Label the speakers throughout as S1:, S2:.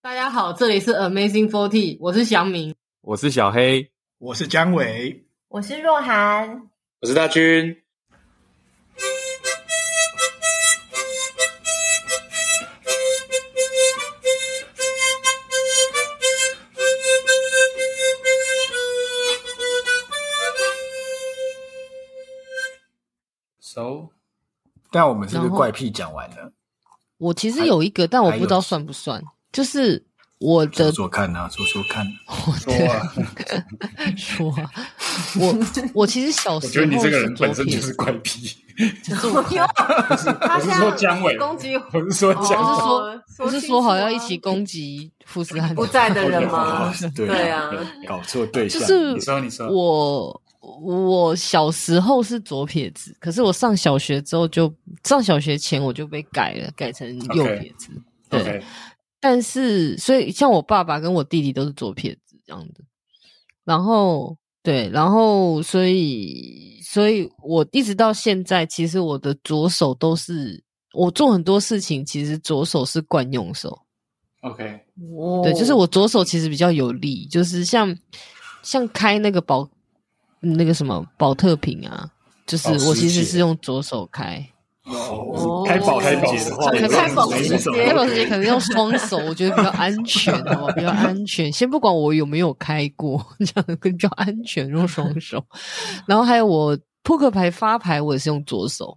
S1: 大家好，这里是 Amazing Forty，我是祥明。
S2: 我是小黑，
S3: 我是姜伟，
S4: 我是若涵，
S5: 我是大军。
S2: So，
S3: 但我们是不是
S1: 然后
S3: 怪癖讲完了？
S6: 我其实有一个，但我不知道
S3: 还有
S6: 算不算，就是我
S3: 说
S6: 的
S3: 说看啊，说说看。
S5: 说啊，
S6: 说啊，我 我其实小
S5: 我
S6: 时
S5: 觉
S6: 候
S5: 得你这个人
S6: 是左
S5: 本身就
S6: 撇
S5: 是
S6: 子
S5: 怪癖。
S1: 他
S5: 我是说姜伟，
S1: 攻击，
S5: 我是说姜
S6: 我
S5: 伟
S6: 是说
S1: 哦
S6: 不是说好要一起攻击富士汉
S4: 不在的人
S3: 哦
S4: 吗？对啊，
S3: 搞错对象。
S6: 就是
S5: 你说，你说，
S6: 我我小时候是左撇子，可是我上小学之后就上小学前我就被改了，改成右撇子。对
S5: OK，
S6: 但是所以像我爸爸跟我弟弟都是左撇子这样的，然后对，然后所以所以我一直到现在，其实我的左手都是我做很多事情，其实左手是惯用手。
S5: OK，
S6: 对，就是我左手其实比较有力，就是像像开那个保那个什么保特瓶啊，就是
S5: 保时捷
S6: 我其实是用左手开，
S3: 哦
S1: 哦
S3: 开保
S5: 开保
S3: 时捷的
S6: 开
S3: 话，
S6: 保
S3: 没
S1: 时
S3: 什
S1: 捷
S3: 么
S6: 开保时捷可能用双手，我觉得比较安全哦，比较安全。先不管我有没有开过，这样比较安全，用双手。然后还有我扑克牌发牌，我也是用左手，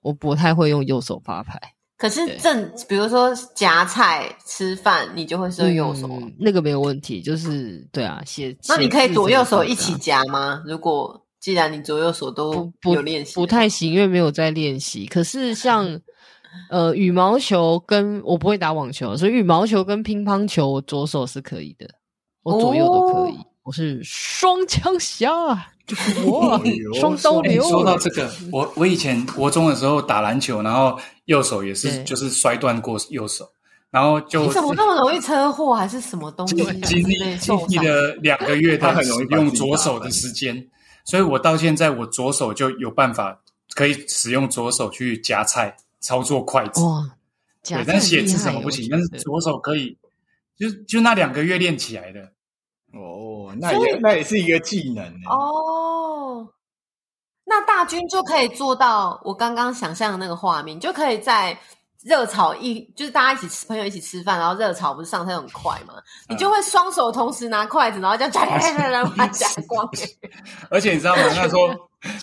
S6: 我不太会用右手发牌。
S4: 可是正比如说夹菜吃饭，你就会是右手，啊
S6: 嗯那个没有问题，就是对啊，写。
S4: 那你可以左右手一起
S6: 写字什么的啊
S4: 夹吗？如果既然你左右手
S6: 不
S4: 都
S6: 不
S4: 有练习，
S6: 不太行，因为没有在练习。可是 像呃羽毛球跟我不会打网球，所以羽毛球跟乒乓球我左手是可以的，我左右都可以。
S7: 哦
S6: 我是双枪侠， 就是我啊
S3: 哎呦
S6: 双刀
S3: 哎
S6: 流。
S3: 呦
S7: 说到这个，我我以前国中的时候打篮球，然后右手也是
S6: 对哎
S7: 就是摔断过右手，然后就
S4: 你怎么那么容易车祸还是什么东西啊
S6: 啊
S7: 经经
S4: 之
S7: 历
S4: 类
S7: 经
S4: 受
S7: 历
S4: 伤？
S7: 了两个月
S3: 他
S7: 的
S3: 很容
S7: 使
S3: 易把自己
S7: 用左手的时间，所以我到现在我左手就有办法可以使用左手去夹菜、操作筷子，
S6: 哇，哦夹菜
S7: 对，但
S6: 很
S7: 是写字
S6: 厉害哦
S7: 什么不行
S6: 我，觉
S7: 但
S6: 得
S7: 是左手可以，就就那两个月练起来的。
S3: 哦，那也那也是一个技能欸呢。
S4: 哦，那大军就可以做到我刚刚想象的那个画面，就可以在热炒一，就是大家一起吃，朋友一起吃饭，然后热炒不是上菜很快嘛，你就会双手同时拿筷子，然后这样夹夹夹夹夹把它夹光。
S7: 而且你知道吗？那时候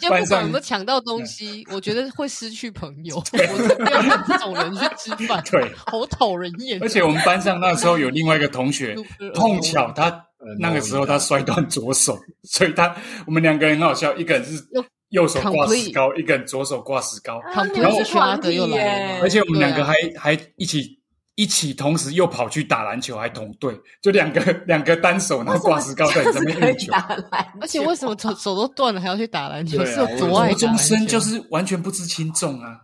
S6: 先不
S7: 班
S6: 管
S7: 上
S6: 有没有抢到东西，我觉得会失去朋 友。我是不要跟这种人去吃饭，
S7: 对，
S6: 好讨人厌。哦
S7: 而且我们班上那时候有另外一个 同学
S6: 怒不可，
S7: 碰巧他
S3: 呃
S7: 那个时候他摔断左手， 所以他我们两个人很好笑，一个人是
S6: 又
S7: 右手挂石膏，一个人左手挂石膏，
S6: 躺
S4: 你们
S6: 平
S4: 是
S6: 刷
S4: 团
S6: 的又
S4: 体
S6: 来
S4: 耶
S6: 了，
S7: 而且我们两
S6: 啊对
S7: 个
S6: 啊
S7: 还还一起一起同时又跑去打篮球，还同队，就两个两个单手然后挂石膏在
S4: 这
S7: 这
S4: 是
S7: 边
S4: 可
S7: 运
S4: 以
S7: 球。
S4: 打篮
S6: 而且为什么手手都断了还要去打篮球？
S7: 对啊
S6: 是有多爱打
S7: 国中
S6: 篮
S7: 生
S6: 球
S7: 就是完全不知轻重啊，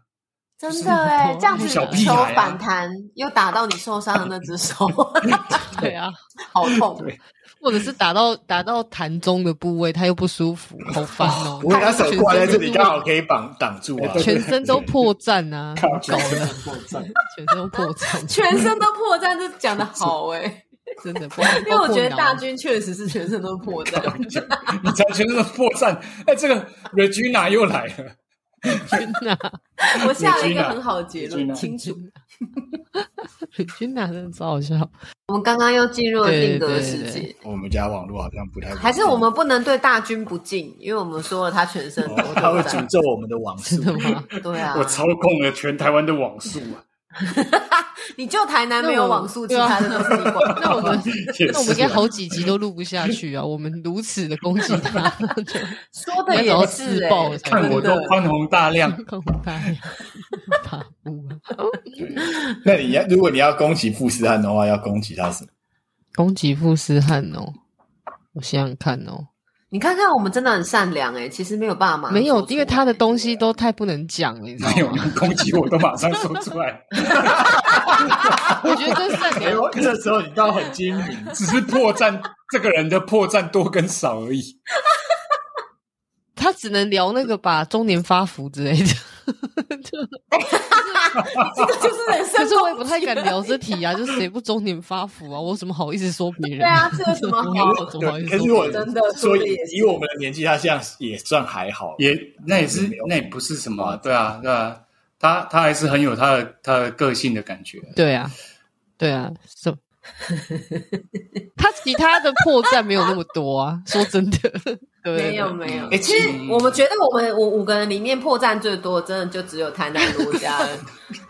S4: 真的哎，这样子
S6: 小
S7: 屁
S4: 球
S7: 孩啊
S4: 反弹又打到你受伤的那只手，
S6: 对啊，
S4: 好痛！
S6: 或者是打到打到痰中的部位，他又不舒 服，好烦哦。
S3: 我他手挂在这里，
S6: 全身都
S3: 刚好可以绑挡住啊。
S6: 全身都破绽 啊，搞
S7: 全身
S6: 的全身都破绽，
S4: 全身都破绽，这讲的好哎、
S6: 真的不好。
S4: 因为
S6: 包
S4: 我
S6: 括啊
S4: 觉得
S6: 脑
S4: 大军确实是全身都破 绽。
S7: 你才全身的破绽。哎，这个 Regina 又来了，
S6: 君啊，
S4: 我下了一个很好的结论， 清楚。
S6: 君啊，真的超好 笑。
S4: 我们刚刚又进入了定格的世
S6: 对
S4: 界，
S6: 对
S3: 我们家网络好像不太，
S4: 还是我们不能对大军不敬，因为我们说了他全身
S6: 哦
S4: 都
S3: 他会
S4: 破
S3: 诅
S4: 绽。
S3: 咒我们的网速
S6: 真。的 吗？
S4: 对啊
S7: 我，操控了全台湾的网速啊，
S4: 你就台南没有网速，其
S6: 那我啊
S4: 他的都是你管。
S6: 那我们
S7: 也
S6: 那我们应该
S7: 是啊。
S6: 好几集都录不下去啊！我们如此的攻击他， 就
S4: 说的也是
S6: 自
S4: 哎、
S6: 爆才
S7: 看我都
S4: 真的
S7: 宽宏大量，
S6: 攻他 呀，怕不 啊？
S3: 那你要如果你要攻击富士汉的话，要攻击他什么？
S6: 攻击富士汉哦，我想想看哦，
S4: 你看看我们真的很善良哎、其实没有办法嘛。
S6: 没有，因为他的东西都太不能讲了，你知道
S7: 没有
S6: 吗？
S7: 你攻击我都马上说 出来，
S6: 我觉得这是善
S3: 哎
S6: 良，
S3: 呦，这时候你倒很精明。
S7: 只是破绽，这个人的破绽多跟少而已。
S6: 他只能聊那个吧，中年发福之类的。
S4: 这个 就是人 生。
S6: 可是我也不太敢。聊这题啊，就是谁不中年发福啊？我怎么好意思说别人？
S4: 对啊，这有什么 好？
S6: 我怎么好意思
S3: 可
S6: 说
S3: 是
S6: 别
S3: 我
S6: 人？
S4: 真的
S3: 所
S4: 说得
S3: 以
S4: 也是
S3: 以我们的年纪，他现在也算还好。
S7: 也那也是
S3: 嗯没有
S7: 那也不是什么啊，对啊，对啊，他他还是很有他的他的个性的感觉。
S6: 对啊，对啊，什么？他其他的破绽没有那么多啊，说真的，对
S4: 没有没有，
S3: 哎
S4: 其实我们觉得我们我五个人里面破绽最多，真的就只有台南罗家了。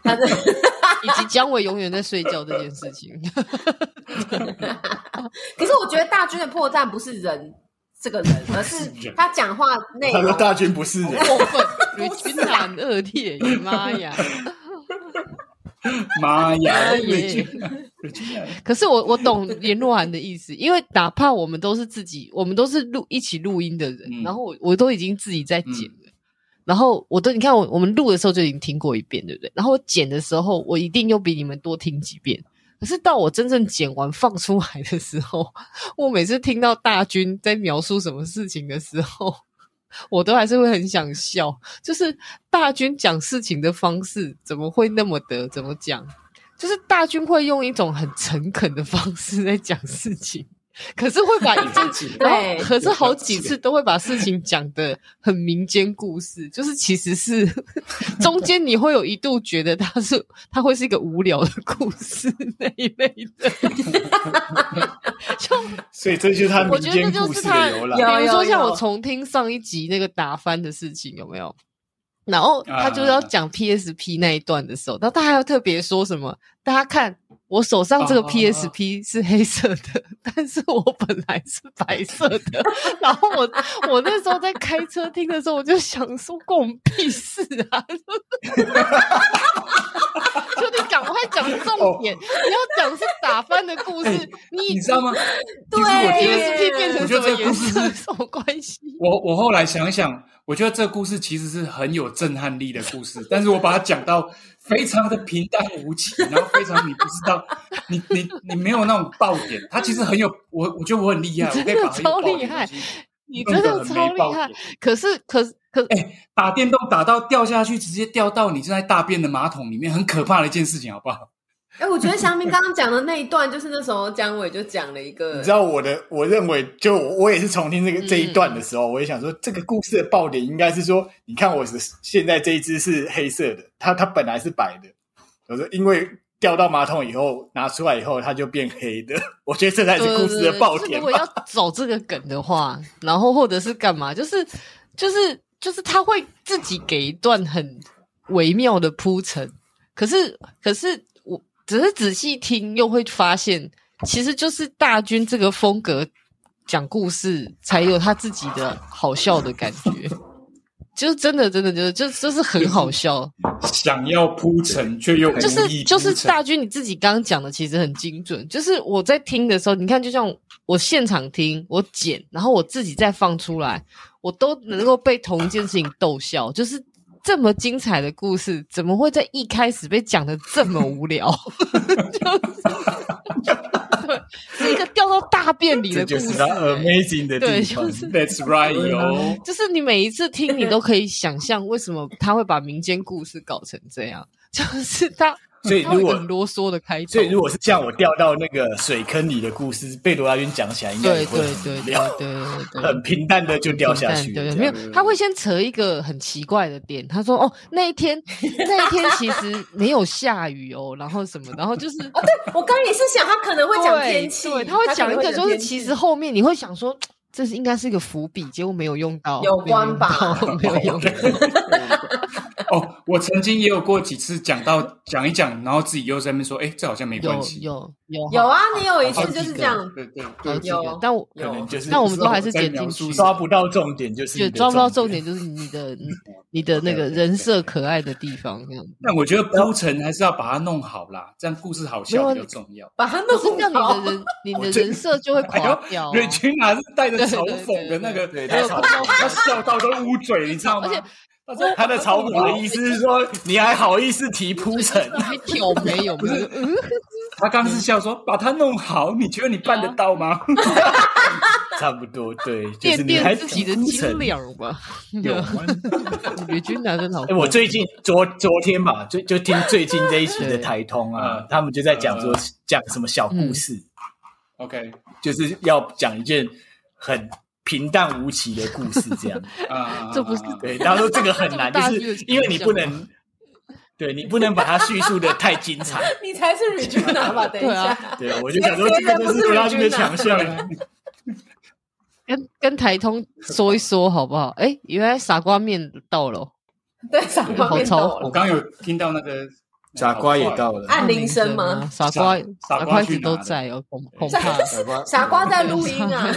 S4: 他真的
S6: 以及姜伟永远在睡觉这件事情，
S4: 可是我觉得大军的破绽不是人这个人，而是他讲话内
S3: 他
S4: 容
S3: 说。大军不是人，
S6: 过分，云南 恶劣，妈呀！
S7: 妈呀
S6: 哎，耶 可是我我懂严若涵的意思，因为哪怕我们都是自己，我们都是录一起录音的人，
S7: 嗯
S6: 然后我我都已经自己在剪了，然后我都你看我我们录的时候就已经听过一遍，对不对？然后我剪的时候，我一定又比你们多听几遍。可是到我真正剪完放出来的时候，我每次听到大军在描述什么事情的时候，我都还是会很想笑。就是大军讲事情的方式怎么会那么的怎么讲？就是大军会用一种很诚恳的方式在讲事情，可是会把一 件然
S4: 对
S6: 后可是好几次都会把事情讲的很民间故事，就是其实是中间你会有一度觉得它是它会是一个无聊的故事 那一类的，就
S3: 所以这就是他
S6: 我
S3: 民
S6: 觉得这
S3: 间
S6: 就
S3: 故
S6: 是
S3: 事
S6: 他，
S3: 的由来。
S4: 有
S6: 比如说像
S4: 有
S6: 我重听上一集那个打翻的事情，有没有？然后他就是要
S7: 啊
S6: 讲 PSP 那一段的时候，然后他还要特别说什么？大家看，我手上这个
S7: 哦
S6: PSP 是黑色的，但是我本来是白色的。 然后我我那时候在开车听的时候，我就想说，关我们屁事 啊！ 就你赶快讲重点，你要讲是打翻的故事，
S7: 哦哎
S6: 你
S7: 你知道吗？
S4: 对
S7: 其实
S4: 耶
S6: PSP 变成
S7: 我
S6: 什
S7: 觉
S6: 么
S7: 得这个
S6: 颜
S7: 故事
S6: 色有
S7: 是
S6: 什么关系？
S7: 我我我后来想一想，我觉得这故事其实是很有震撼力的故事，但是我把它讲到非常的平淡无奇，然后非常你不知道，你你你没有那种爆点，它其实很有我，我觉得我很厉害，我
S6: 真
S7: 可
S6: 的
S7: 以把很
S6: 超
S7: 有爆点
S6: 厉害
S7: 的东西
S6: 你
S7: 弄
S6: 真
S7: 得
S6: 的
S7: 很
S6: 超
S7: 没
S6: 厉
S7: 爆
S6: 害
S7: 点，
S6: 可是可是可
S7: 哎、打电动打到掉下去，直接掉到你正在大便的马桶里面，很可怕的一件事情，好不好？
S4: 哎、我觉得祥明刚刚讲的那一段，就是那时候姜伟就讲了一个，
S3: 你知道我的，我认为就我我也是重听这
S6: 嗯
S3: 个这一段的时候，我也想说，这个故事的爆点应该是说，你看我是现在这一只是黑色的，它它本来是白的，我说因为掉到马桶以后拿出来以后，它就变黑的， 我觉得这才是故事的爆
S6: 呃就是
S3: 点
S6: 如
S3: 吧
S6: 果。要
S7: 啊
S6: 走这个梗的话，然后或者是干嘛，就是就是就是他会自己给一段很微妙的铺陈，可是可是我只是仔细听，又会发现其实就是大军这个风格讲故事才有他自己的好笑的感觉。 就是真的，真的，就是就就是很好笑，
S7: 想要铺陈却又
S6: 就
S7: 无
S6: 是
S7: 意
S6: 就是
S7: 铺陈
S6: 大军你自己刚刚讲的其实很精准，就是我在听的时候，你看就像我现场听，我剪，然后我自己再放出来，我都能够被同一件事情逗笑，就是这么精彩的故事，怎么会在一开始被讲的这么无聊？就是对，是一个掉到大便里
S3: 这
S6: 的故
S3: 就是
S6: 事、
S3: 它
S6: 欸
S3: amazing 的
S6: 对
S3: 地
S6: 就
S3: 方，
S6: 是
S7: That's right 哟，
S6: 就是你每一次听，你都可以想象为什么他会把民间故事搞成这样，就是他。
S3: 所以
S6: 他有
S3: 如
S6: 一个
S3: 果
S6: 很啰嗦的开头，
S3: 所以如果是像我掉到那个水坑里的故事，被罗大军讲起来，应该
S6: 对对
S3: 也会很
S6: 对
S3: 无
S6: 对
S3: 聊
S6: 对对对，
S3: 很平淡的就掉下去，
S6: 对对，
S3: 这
S6: 没
S3: 样
S6: 有，他会先扯一个很奇怪的点，他说：“哦，那一天，那一天其 实没有下雨哦，然后什么，然后就是
S4: 哦，对我刚刚也是想他可能会讲天气，
S6: 对，他会
S4: 可
S6: 讲一
S4: 能
S6: 个，
S4: 讲
S6: 就是
S4: 天气
S6: 其实后面你会想说，这是应该是一个伏笔，结果没有用到，
S4: 有
S6: 没用
S4: 关吧
S6: 到没有用到，
S7: 哦，我曾经也有过几次讲到讲一讲，然后自己又在那边说，哎，这好像没关
S6: 有
S7: 系。
S6: 有有
S4: 有啊，你有一次
S6: 好几
S4: 就是
S6: 个
S4: 这样，
S7: 对对
S6: 好
S7: 对，
S6: 几个
S4: 有，
S6: 但我
S3: 可能就是
S6: 那我们都还是
S7: 在
S6: 剪
S7: 描
S6: 进
S7: 述
S6: 去，
S3: 抓不到重点，就是
S6: 也
S3: 你的
S6: 抓不到
S3: 重
S6: 重
S3: 点。
S6: 点，就是你的你你的那个人设可爱的地方这样。”
S7: 但我觉得铺陈还是要把它弄好啦，这样故事好笑比较重要。
S4: 把他
S6: 可是这
S4: 弄
S6: 样
S4: 好
S6: 你的。人你的
S3: 我这
S6: 人设就会垮掉、啊。
S7: 哎瑞君还是带着嘲讽的那个，
S3: 对对对对
S6: 还有
S3: 他
S6: 碰
S3: 嘲
S6: 到
S7: 他笑到都捂嘴，你知道吗？
S6: 而且
S3: 他的 嘲讽的意思是说，你还好意思提铺陈？
S6: 还挑眉有没有？嗯哦
S7: 他刚是笑说把它弄好，你觉得你办得到吗？
S3: 差不多对，就是
S6: 垫
S3: 你还
S6: 垫自己的
S3: 挺铺
S6: 斤
S3: 陈
S6: 两 吧。
S3: 有
S7: 啊
S3: 吗？
S6: 我觉得男生好
S3: 哎，我最近昨昨天吧，就就听最近这一期的台通啊
S7: 嗯，
S3: 他们就在讲说
S7: 嗯
S3: 讲什么小故事，
S7: OK
S3: 就是要讲一件很平淡无奇的故事， 这样。
S7: 啊，
S6: 这不是
S3: 对，他说这个很 难，
S6: 这么大
S3: 就
S6: 剧的
S3: 是
S6: 想
S3: 因为你
S6: 象
S3: 不能，对你不能把它叙述的太精 彩。
S4: 你才是 Regina 吧？等一
S6: 对
S4: 下，
S6: 啊
S3: 对，我就想说哎这个就是罗大军的强项啊。
S6: 跟跟台通说一说好不好？哎、原来傻瓜面到了哦，
S4: 对，傻瓜
S6: 好
S4: 变
S6: 嘲
S4: 到
S6: 讽
S4: 了
S7: 我刚有听到那 个
S3: 傻瓜也到，了，
S4: 按铃声
S6: 啊
S4: 吗？
S6: 傻瓜
S7: 傻
S6: 傻瓜一
S7: 去
S6: 直
S7: 哪
S6: 都
S7: 了
S6: 在哦，恐恐
S4: 在
S6: 怕
S3: 傻瓜
S4: 傻瓜在录音啊，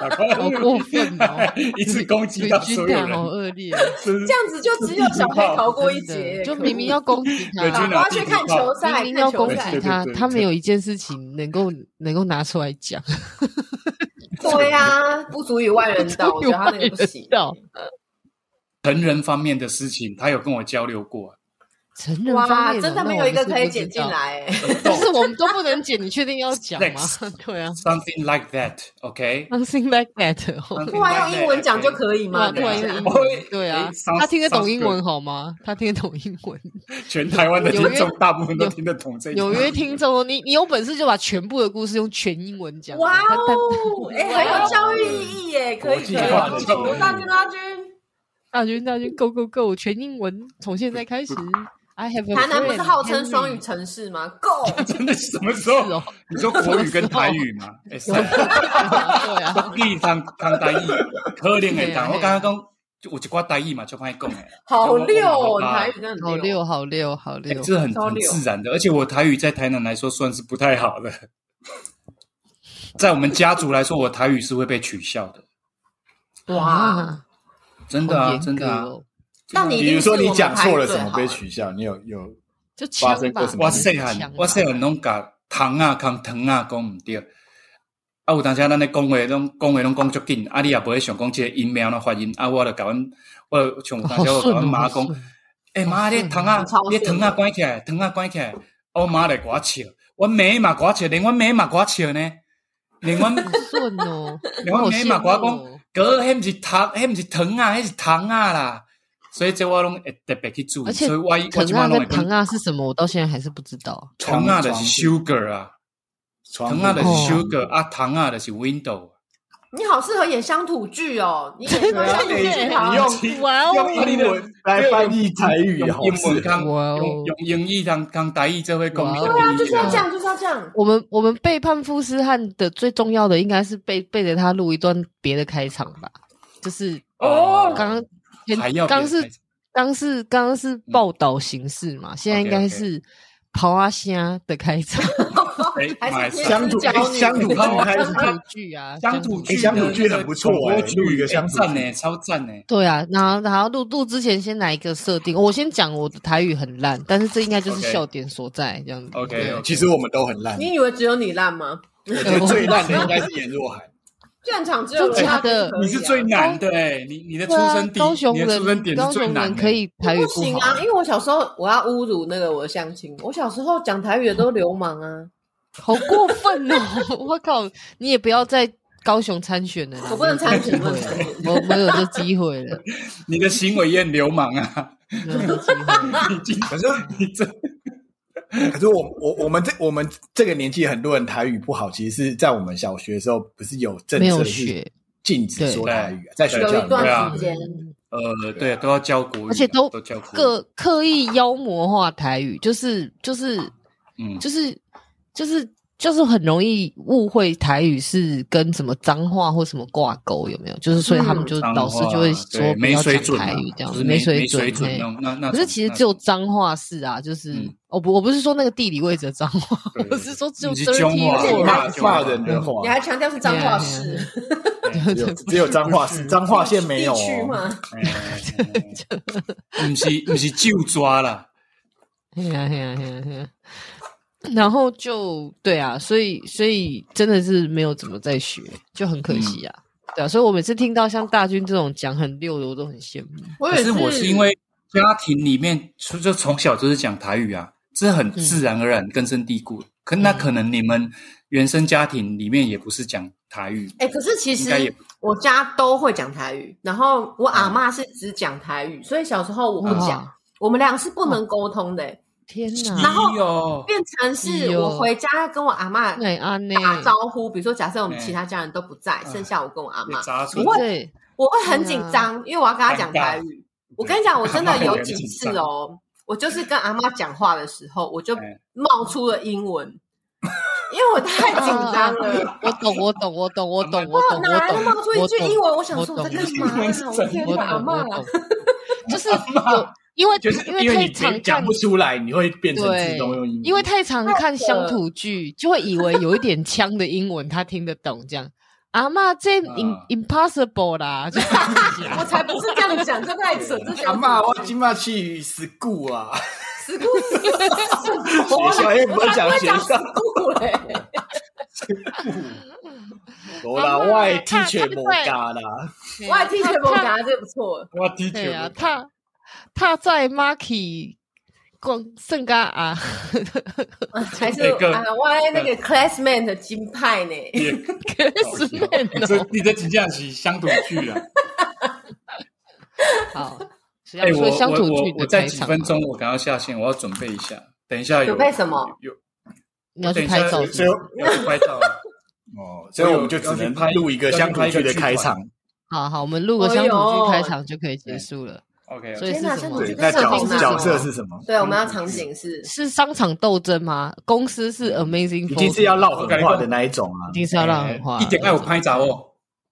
S7: 好 快
S6: 好过分 哦，
S7: 一直攻击到所有
S6: 军
S7: 人
S6: 大，好恶劣 哦，
S7: 真是
S4: 这样子就只有小黑逃过一
S6: 真
S4: 劫
S6: 的，就明明要攻击
S7: 对
S6: 他
S4: 傻
S7: 军。
S4: 瓜去看球赛，
S6: 明明
S4: 看
S6: 要
S4: 球
S6: 攻
S4: 赛
S6: 击，他
S7: 对对，对
S6: 他没有一件事情能够能够拿出来讲，
S4: 对呀，不足以外人 道，我觉得他那个不行。欸
S6: 到
S7: 成人方面的事情，他有跟我交流 过。
S6: 成人方
S4: 哇，
S6: 面
S4: 真的没有一个可以剪进，来，哎
S6: 但是我们都不能剪，你确定要讲吗
S7: Next？
S6: 对啊
S7: Something like that, OK？
S6: ，something like that 哦。
S7: Something
S4: 突然
S7: like
S4: 用
S7: that，
S4: 英文讲就
S7: OK
S4: 可以
S6: 对啊，
S4: 吗？
S6: 突
S4: 等
S6: 然
S4: 一
S6: 用
S4: 下
S6: 英
S7: 我也
S6: 文，对啊
S4: 哎
S7: 诶，sounds-
S6: 他听得
S7: sounds
S6: 懂
S7: good
S6: 英文好吗？他听得懂英 文，
S7: 全台湾的听
S6: 有
S7: 众
S6: 约
S7: 大部分都听得懂这一
S6: 纽
S7: 句。
S6: 约听众，哦你你有本事就把全部的故事用全英文讲。啊
S4: 哇
S6: 他他
S4: 哦，哎，很有教育意义耶，可以可
S3: 国
S4: 以，
S3: 际化的教育
S4: 罗大军，罗大军，
S6: 大军大军 Go Go Go，全英文，从现在 开始。I have a
S4: 台南不是
S6: friend,
S4: 号称
S6: Henry
S4: 双语城市吗？Go！
S7: 真的是什么时
S6: 是
S7: 候？
S6: 哦，
S7: 你说国语跟台语吗？哎，是
S6: 对啊，
S7: 你通通台语，可怜的
S6: 嘿啊
S7: 讲，我刚刚讲就有一寡台语嘛，就歹讲的。
S4: 好溜哦，
S7: 我
S4: 你台语真的
S6: 好
S4: 很溜。
S6: 六好六好哦
S7: 哎
S6: 六，
S7: 这很
S4: 超
S7: 很
S4: 溜
S7: 自然的，而且我台语在台南来说算是不太好的， 在我们家族来说，我台语是会被取笑的，
S4: 哇！
S7: 真的
S6: 好
S7: 啊，
S6: 严
S7: 真的
S6: 格
S7: 啊！
S6: 哦，
S4: 但你 一
S3: 比
S4: 定
S3: 如
S4: 是
S3: 说
S4: 我们
S3: 你讲错了
S4: 台语最
S3: 什么
S4: 好
S3: 被取笑，你有有
S6: 就
S3: 发
S6: 枪
S3: 生
S6: 吧
S3: 过什，么
S7: 我
S3: 事
S7: 细汉
S6: 枪，吧
S7: 我细汉拢甲糖啊、扛糖啊讲毋对，啊有当时咱咧讲话拢讲话拢讲足紧，啊你也无会想讲即个音标咯发音，啊我就甲阮我像有当
S6: 好
S7: 时我甲
S6: 顺
S7: 阮
S6: 哦
S7: 妈讲
S6: 好。顺哦
S7: 哎、妈，你糖啊
S4: 超，
S7: 你
S4: 市
S7: 糖啊关起来，糖啊关起来，啊我妈来给我笑，我妹嘛给我笑，连我妹嘛给我笑呢，连我
S6: 好顺 哦，
S7: 连我妹嘛给我
S6: 好羡
S7: 讲
S6: 慕哦，
S7: 哥，迄毋是糖，迄毋是糖啊，迄是糖啊啦，所以这我拢会特别去注意，
S6: 而且
S7: 所以我我
S6: 藤
S7: 即摆
S6: 啊
S7: 拢会
S6: 跟藤
S7: 讲
S6: 啊是什么？我到现在还是不知 道。
S7: 糖啊就是 sugar 啊，
S3: 床
S7: 糖啊就是
S6: 哦
S7: sugar 啊，糖啊就是 window，
S4: 你好适合演乡土剧哦，你演
S3: 对啊
S4: 乡土剧好
S3: 你用
S6: 哇
S3: 用英文来翻译台语，
S7: 用
S3: 好
S7: 英文
S3: 是
S7: 讲，
S6: 哇哦
S7: 用用英语讲讲台语，这会讲
S6: 哇哦
S7: 比较
S6: 对
S4: 啊，就是要
S7: 容易
S4: 这样，就是要这样。
S6: 我们我们背叛富士汉的最重要的应该是背背着他录一段别的开场吧，就是
S7: 哦，
S6: 刚刚前
S7: 还要
S6: 刚
S7: 别
S6: 是
S7: 的开场
S6: 刚是刚刚是报道形式嘛，现在应该
S7: OK，OK
S6: 是刨阿虾的开场，
S7: 哎
S6: 哦
S4: 还是
S7: 马来西亚
S3: 乡土
S4: 教你
S3: 乡土剧开始
S6: 乡土剧啊，
S7: 乡土
S3: 欸
S7: 剧的
S3: 乡土剧很不错
S7: 广播
S3: 欸
S7: 剧
S3: 录一个乡土剧
S7: 赞呢，超赞哎呢。
S6: 对啊，然后然后录录之前先来一个设定，我先讲我的台语很烂，但是这应该就是
S7: OK
S6: 笑点所在这样子。
S7: OK，
S6: 对
S3: 其实我们都很烂，
S4: 你以为只有你烂吗？
S3: 我觉得最烂的应该是严若涵。
S4: 现场只有罗大军可以啊
S7: 你是最难的哎，你你的出
S6: 对啊
S7: 生地，
S6: 高雄
S7: 你的出生
S6: 人，
S7: 点是
S6: 高
S7: 最
S6: 雄
S7: 难
S6: 人
S7: 的
S6: 可。以台语
S4: 不
S6: 好
S4: 行啊，因为我小时候我要侮辱那个我的乡亲，我小时候讲台语的都流氓啊，
S6: 好过分哦！ 我靠，你也不要在高雄参选了啦，
S4: 我不能参选
S6: 没有这机会了我没有这机会了，
S7: 你的行为也很流氓啊！
S6: 没有这机会了。
S7: 你今
S3: 可是
S7: 你这
S3: 可是我我我们这我们这个年纪很多人台语不好，其实是在我们小学的时候不是有政
S6: 没有
S3: 策
S6: 学
S3: 是禁止说台语啊，在学
S7: 对
S3: 校里面
S4: 有一段时间
S7: 呃，对，都要教国语啊，
S6: 而且
S7: 都
S6: 都
S7: 教国语
S6: 刻刻意妖魔化台语，就是就是
S7: 嗯，
S6: 就是就是就是很容易误会台语是跟什么脏话或什么挂钩，有没有？就是所以他们就
S7: 脏话啊
S6: 老师就会说
S7: 对
S6: 不
S7: 没
S6: 要
S7: 水
S6: 讲
S7: 准啊
S6: 台语这样子，
S7: 就是没
S6: 水
S7: 准，
S6: 嘿
S7: 那种那那
S6: 可是其实只有脏话是啊，就是
S7: 嗯
S6: 我不我不是说那个地理位置的脏话，
S7: 对对
S6: 我是说只有
S7: 你是
S6: dirty 啊
S7: 中华
S3: 你
S6: word
S7: 骂
S3: 骂骂人的话
S4: 你，还强调是彰化市
S3: 只
S6: 啊
S3: 有只有彰化市，彰化县没
S4: 地
S3: 有
S4: 区
S3: 哦。
S4: 嘛，
S7: 不是不是就抓啦，
S6: 嘿呀嘿呀嘿呀嘿呀，然后就对啊，所以所以真的是没有怎么在学，就很可惜啊。对啊，所以我每次听到像大军这种讲很溜的， 我都很羡慕。
S4: 我
S7: 可
S4: 也
S7: 是我是因为家庭里面就就从小就是讲台语啊，这很
S6: 嗯
S7: 自然而然根深蒂固。可那可能你们原生家庭里面也不是讲台语，
S4: 哎、可是其
S7: 应该也
S4: 实我家都会讲台语，然后我阿妈是只讲台语，所以小时候我不讲，
S6: 哇
S4: 我们俩是不能沟通的、欸
S6: 啊天
S4: 然
S6: 哪，
S4: 后
S7: 有
S4: 变成是
S6: 哎呦
S4: 我回家跟我阿妈
S6: 那安呢？
S4: 打招呼，比如说假设我们
S7: 哎
S4: 其他家人都不在，剩下我跟我阿妈，
S7: 砸 出
S6: 你
S4: 我
S6: 这
S4: 我会很紧张，因为我要跟他讲台语。我跟你讲，我真的有几次哦，我就是跟阿妈讲话的时候，我就
S7: 哎
S4: 冒出了英文，因为我太紧张了。
S6: 我懂，我懂，我懂，我懂，我懂，
S4: 我哪来的
S6: 我
S4: 冒
S6: 懂，
S4: 出一
S6: 我
S4: 句
S6: 懂
S4: 英文？我想说
S6: 我
S4: 我
S6: 懂
S4: 在干嘛
S7: 英文
S4: 啊？
S7: 是
S4: 我天
S6: 我
S4: 哪，阿
S6: 懂，
S4: 妈
S6: 我
S4: 啊
S6: 懂！，就是有，因为
S3: 就是
S6: 因
S3: 因为
S6: 太
S3: 你
S6: 常
S3: 别
S6: 看
S3: 讲不出来，你会变成自
S6: 对
S3: 动用英文，，
S6: 因为太常看乡土剧，就会以为有一点腔的英文他听得懂，这样。阿妈这 im impossible 啦，就是这样
S4: 我才不是这样讲，这太扯，这
S3: 阿
S4: 讲
S3: 妈我今嘛去 school 啊，
S4: 死故事，学
S3: 学校又不会讲学校
S4: 死故嘞。
S3: 我啦，
S6: 阿嬷
S3: 我的
S6: 她
S3: teacher 无教啦，
S4: 我还听全部讲，这不错。
S7: 我的
S6: 对啊，
S7: 确，
S6: 他他在 Marky 逛圣家啊，
S4: 还是
S7: 哎哥
S4: 啊，我的那个 classmate 的金牌呢？
S7: 也
S6: 可是面
S7: 这你这几件是乡土剧啊。
S6: 好。所
S7: 哎，
S6: 以
S7: 我
S6: 乡
S7: 我
S6: 土
S7: 我
S6: 剧
S7: 我
S6: 的
S7: 在
S6: 开
S7: 几
S6: 场
S7: 分
S6: 嘛，
S7: 钟，我赶快下线，我要准备一下。等一下有
S4: 准备什么？
S7: 有
S6: 你要去
S7: 等一
S6: 拍
S7: 下
S6: 照
S7: 有
S6: 是
S3: 所以
S6: 吗，
S7: 要去拍照啊。
S3: 哦，所以我们就只能录一个乡土剧的开场，
S6: 好好，我们录个乡土剧开场就可以结束了。
S7: OK，
S6: 所以是
S4: 天哪
S6: 什么
S4: 乡土？
S3: 对
S4: 剧，
S3: 那角
S4: 设定是什么
S3: 角色是什么？
S4: 对，我们要场景是
S6: 是商场斗争吗？公司是 Amazing，
S3: 已经是要
S6: Four
S3: 唠狠话的那一种啊
S6: 已，经是要让人化，
S7: 哎一点爱我拍照哦，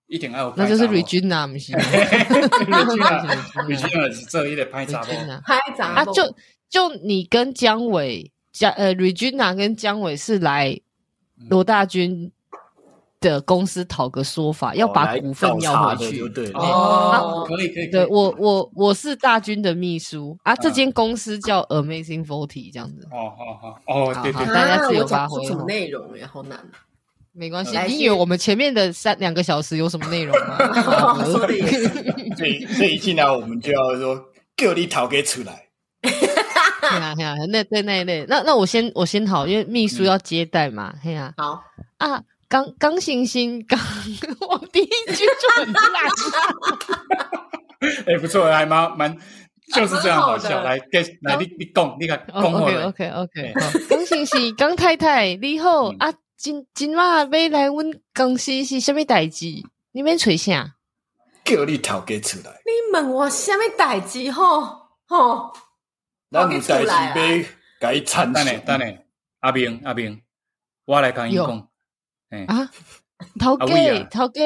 S7: 一点爱我拍
S6: 那
S7: 查
S6: 就
S7: 某。
S6: 是 Regina，不是 Regina，
S7: Regina 是这一类拍照哦。
S6: Regina
S4: 拍杂
S6: 啊，
S4: 报
S6: 就就你跟姜伟姜呃 Regina 跟姜伟是来罗大军的公司讨个说法，要
S3: 哦
S6: 把
S3: 来
S6: 股份要
S3: 找茬
S6: 回
S3: 的就
S6: 去。
S3: 对了。
S7: 哦，
S4: 啊
S7: 可以可以，可以
S6: 对我我我是大军的秘书啊，这间公司叫 Amazing Forty 这样子，
S7: 哦哦哦哦，对
S6: 好好
S7: 对对，
S6: 大家
S4: 啊
S6: 自由
S4: 我讲
S6: 发
S4: 出
S6: 挥
S4: 什么
S6: 哦
S4: 内容哎，好难。
S6: 没关系
S4: 来。
S6: 你
S4: 是
S6: 以为我们前面的三两个小时有什么内容吗？
S4: 说的也是，
S3: 所以所以一进来我们就要说叫你逃给出来，
S6: 嘿 呀嘿呀，那 对那一类，那那我先我先好，因为秘
S7: 嗯
S6: 书要接待嘛，嘿呀
S4: 好，
S6: 啊，刚刚星星刚， 我第一句就很烂，
S7: 哎，不错，还蛮蛮，就是这样好
S4: 蛮
S7: 笑。
S4: 好的
S7: 来，get，来，你你讲，你 讲，讲
S6: o
S7: 好
S6: k
S7: 了。
S6: OK OK，江先生，江太太，你好、
S7: 嗯
S6: 啊！今今晚要来阮公司是什么代志？你免找啥？
S3: 叫你逃给出来，
S4: 你问我什么代志吼吼？
S3: 咱有代
S4: 逃家出来啊
S3: 志要该参
S7: 等下等
S3: 详。
S7: 下，阿兵阿兵，我来跟你
S6: 哟
S7: 讲，哎，
S6: 啊，头
S7: 啊喂
S6: 家
S7: 啊
S6: 头家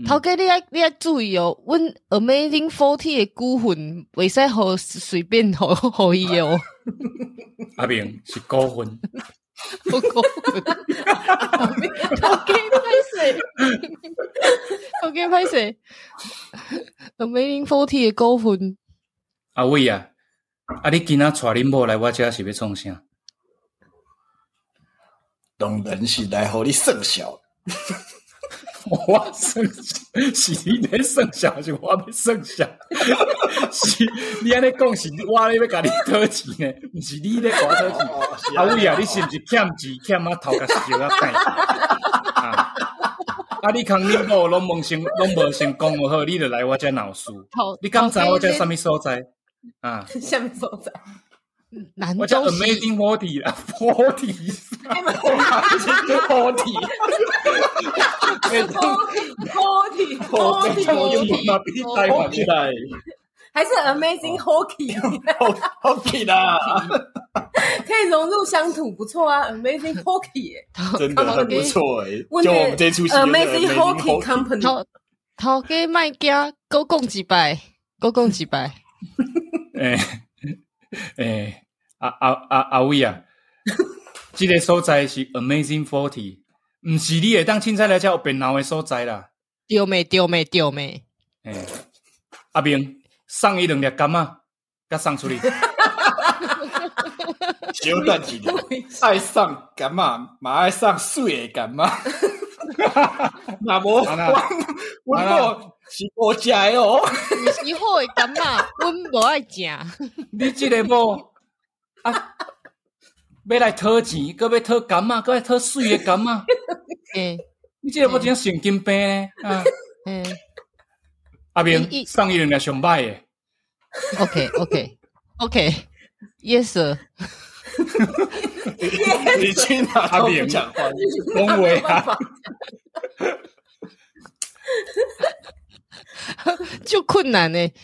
S7: 嗯
S6: 头家，你要你要注意哦！阮 Amazing Forty 的股份袂使互随便互互伊的哦，
S7: 阿兵是高分，
S6: 我股份。头家歹势，头家歹势，Amazing Forty 的股份。
S7: 阿伟啊，啊，你今仔带恁某来我家是要创啥？
S3: 当然是来和你算小，
S7: 我算是是你咧算小，是我要算小。 是你安尼讲，是我咧要甲你讨钱呢， 毋是你咧甲我讨 钱。阿伟啊，你是毋是欠钱欠啊头壳烧啊蛋？ 啊！啊！你扛你某拢无成，拢无成功就好，你就来我遮闹事。
S6: 头
S7: 你敢知
S6: 头家
S7: 我遮
S6: 这
S7: 啥物所在？啊！
S4: 下面所在，
S6: 南
S7: 我叫
S6: 州西
S7: Amazing Forty 啦，Forty，Forty，
S4: Forty
S3: 我
S7: 这种
S4: Forty，
S7: 英文嘛比台湾
S3: 好起来，
S4: 还是 Amazing Hockey，
S3: 好好起啊啦，
S4: 可以融入乡土，不错啊，Amazing Hockey 欸。
S3: 真的很不错哎。
S4: 我
S3: 就我们这出戏就是
S4: Amazing Hockey
S3: Hockey
S4: Company，
S6: 头头家卖家，多讲一摆，多讲一摆。
S7: 诶诶，阿阿阿阿伟啊，即个所在是 Amazing Forty，毋是你会当凊彩来遮有别闹诶所在啦。
S6: 丢妹丢妹丢妹，
S7: 诶、阿明送伊两粒柑仔，甲送出去。
S3: 小段几年， 爱上干嘛？嘛爱上水的干 嘛？ 那无
S7: 好啦
S3: 我我某是我家的哦，
S6: 有时好诶感觉，阮无爱食。
S7: 你即个某啊，要来讨钱，搁要讨柑仔，搁要讨水诶柑仔，
S6: 诶，
S7: 你这个我真神经病呢啊！
S6: 嗯
S7: 阿
S6: 一
S7: 明
S6: 一
S7: 上一轮的熊拜耶，
S6: ，OK OK OK，Yes sir，
S3: 你去哪
S7: 阿
S3: 都
S7: 明
S3: 不讲话，
S7: 恭维
S4: 办
S7: 啊！
S4: 法
S6: 就困难呢、一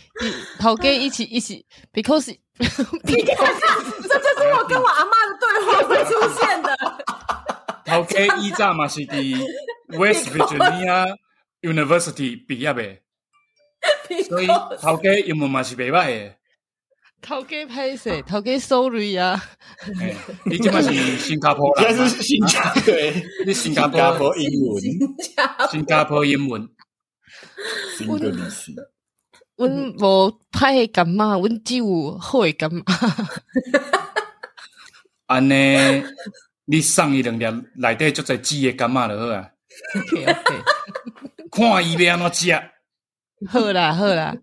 S6: 头跟一起一起，because
S4: 这就是我跟我阿妈的对话会出现的。
S7: 头家以前嘛是伫 West Virginia University 毕业的， 所以头家英文嘛是袂歹的。
S6: 头跟拍谁，头跟 sorry 啊，
S7: 嘿你即嘛是新加坡
S3: 现在
S7: 人嘛，
S3: 是新加坡， 对，
S7: 你新
S3: 新
S7: 加
S3: 加
S7: 坡
S3: 坡英文，
S7: 新加坡英文，
S3: 新的历史，
S4: 嗯
S6: 阮无歹的感冒，阮只有好的感冒。啊
S7: 安尼你送伊两粒内底足侪籽的感冒就好啊，
S6: OK OK，
S7: 看伊要安怎食。
S6: 好啦好啦，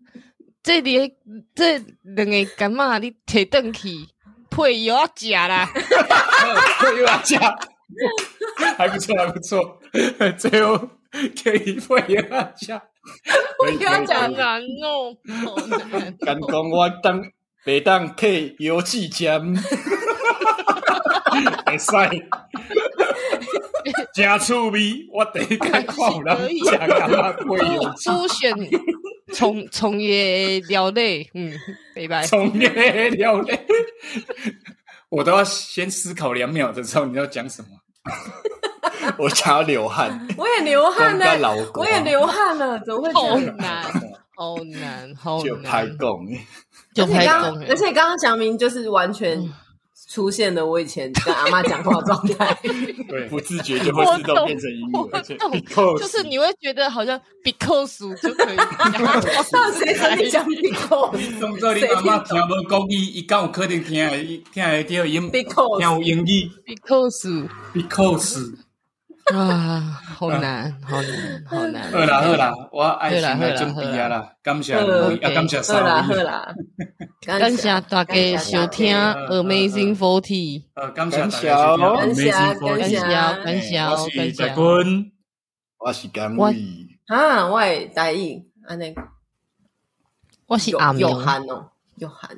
S6: 这里的这两个感冒你摕转去配药啊食啦。
S7: 又要加，还不错，还不错。最后给一份又要加，
S3: 可以
S4: 不要讲
S6: 好难哦，好难。
S3: 敢讲我当北当配油 气枪，
S7: 会使。真趣味，我第一看看有人食干嘛鬼油
S6: 猪选从从业聊类，嗯，拜拜。
S7: 从业了 嘞，我都要先思考两秒才知道你要讲什么。
S3: 我想要流汗，
S4: 我也流汗
S3: 公家老
S4: 了，
S3: 公
S4: 我也流汗了，怎么会这
S6: 好
S4: 样？
S6: 难，好难，好
S3: 就拍
S6: 难。
S3: 供，
S6: 就
S4: 而且
S6: 拍
S4: 刚
S6: 公，
S4: 而且刚刚祥明就是完全
S6: 嗯
S4: 出现了我以前跟阿妈讲话的状 态。
S7: 对，
S3: 不自觉就会自动变成英
S6: 我
S3: 文，而且
S6: 懂，
S7: 扣
S6: 就是你会觉得好像 because 就可以。
S4: 到底谁跟你讲 because
S7: 从这里阿妈听无国语，伊敢有可能听会听会到英，听
S4: because
S7: 有英语
S6: because
S7: because。
S6: 啊，好难，好难，好
S7: 好
S6: 难。
S7: 啦好啦，我爱心来准备啊啦，感谢
S4: 好
S7: 你，
S6: ，OK
S7: 啊感谢
S4: 喝啦
S7: 三
S4: 喝
S7: 位，
S4: 啦，
S6: 感谢大家收听
S4: 感
S7: 嗯嗯嗯
S6: Amazing Forty，
S7: 呃感谢大
S3: 感谢
S7: 家收
S3: 哦
S7: 听
S4: 感谢
S7: Amazing
S4: 感
S6: 嗯感
S7: Forty
S6: 谢，啊
S4: 谢
S6: 感谢，哦
S7: 哎我
S6: 感
S7: 是
S6: 谢
S7: 在。坤，
S3: 我是甘
S6: 我
S3: 伟。
S4: 啊，我也大意，安尼
S6: 我是
S4: 有
S6: 阿明
S4: 有，寒哦，有寒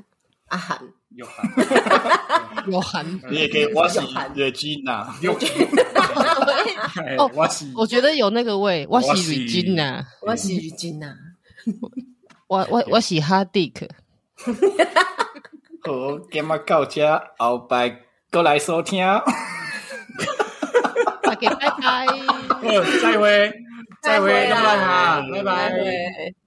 S4: 阿寒，
S7: 有喊
S6: 有韩。
S3: 你也可以，我是啊
S4: 有喊
S3: Regina，
S7: 有喊，
S6: 哦
S7: 哦，我是
S6: 我觉得有那个味，我是
S7: 我是
S6: Regina，
S4: 我是于金呐，
S6: 我我我是 Hardik。
S3: 好，今麦到这，后摆过来收听，
S6: 大家拜拜。
S7: 呃再会，再
S4: 再会
S7: 会，
S4: 啦
S7: 拜拜，拜
S4: 拜
S7: 拜。
S4: 拜。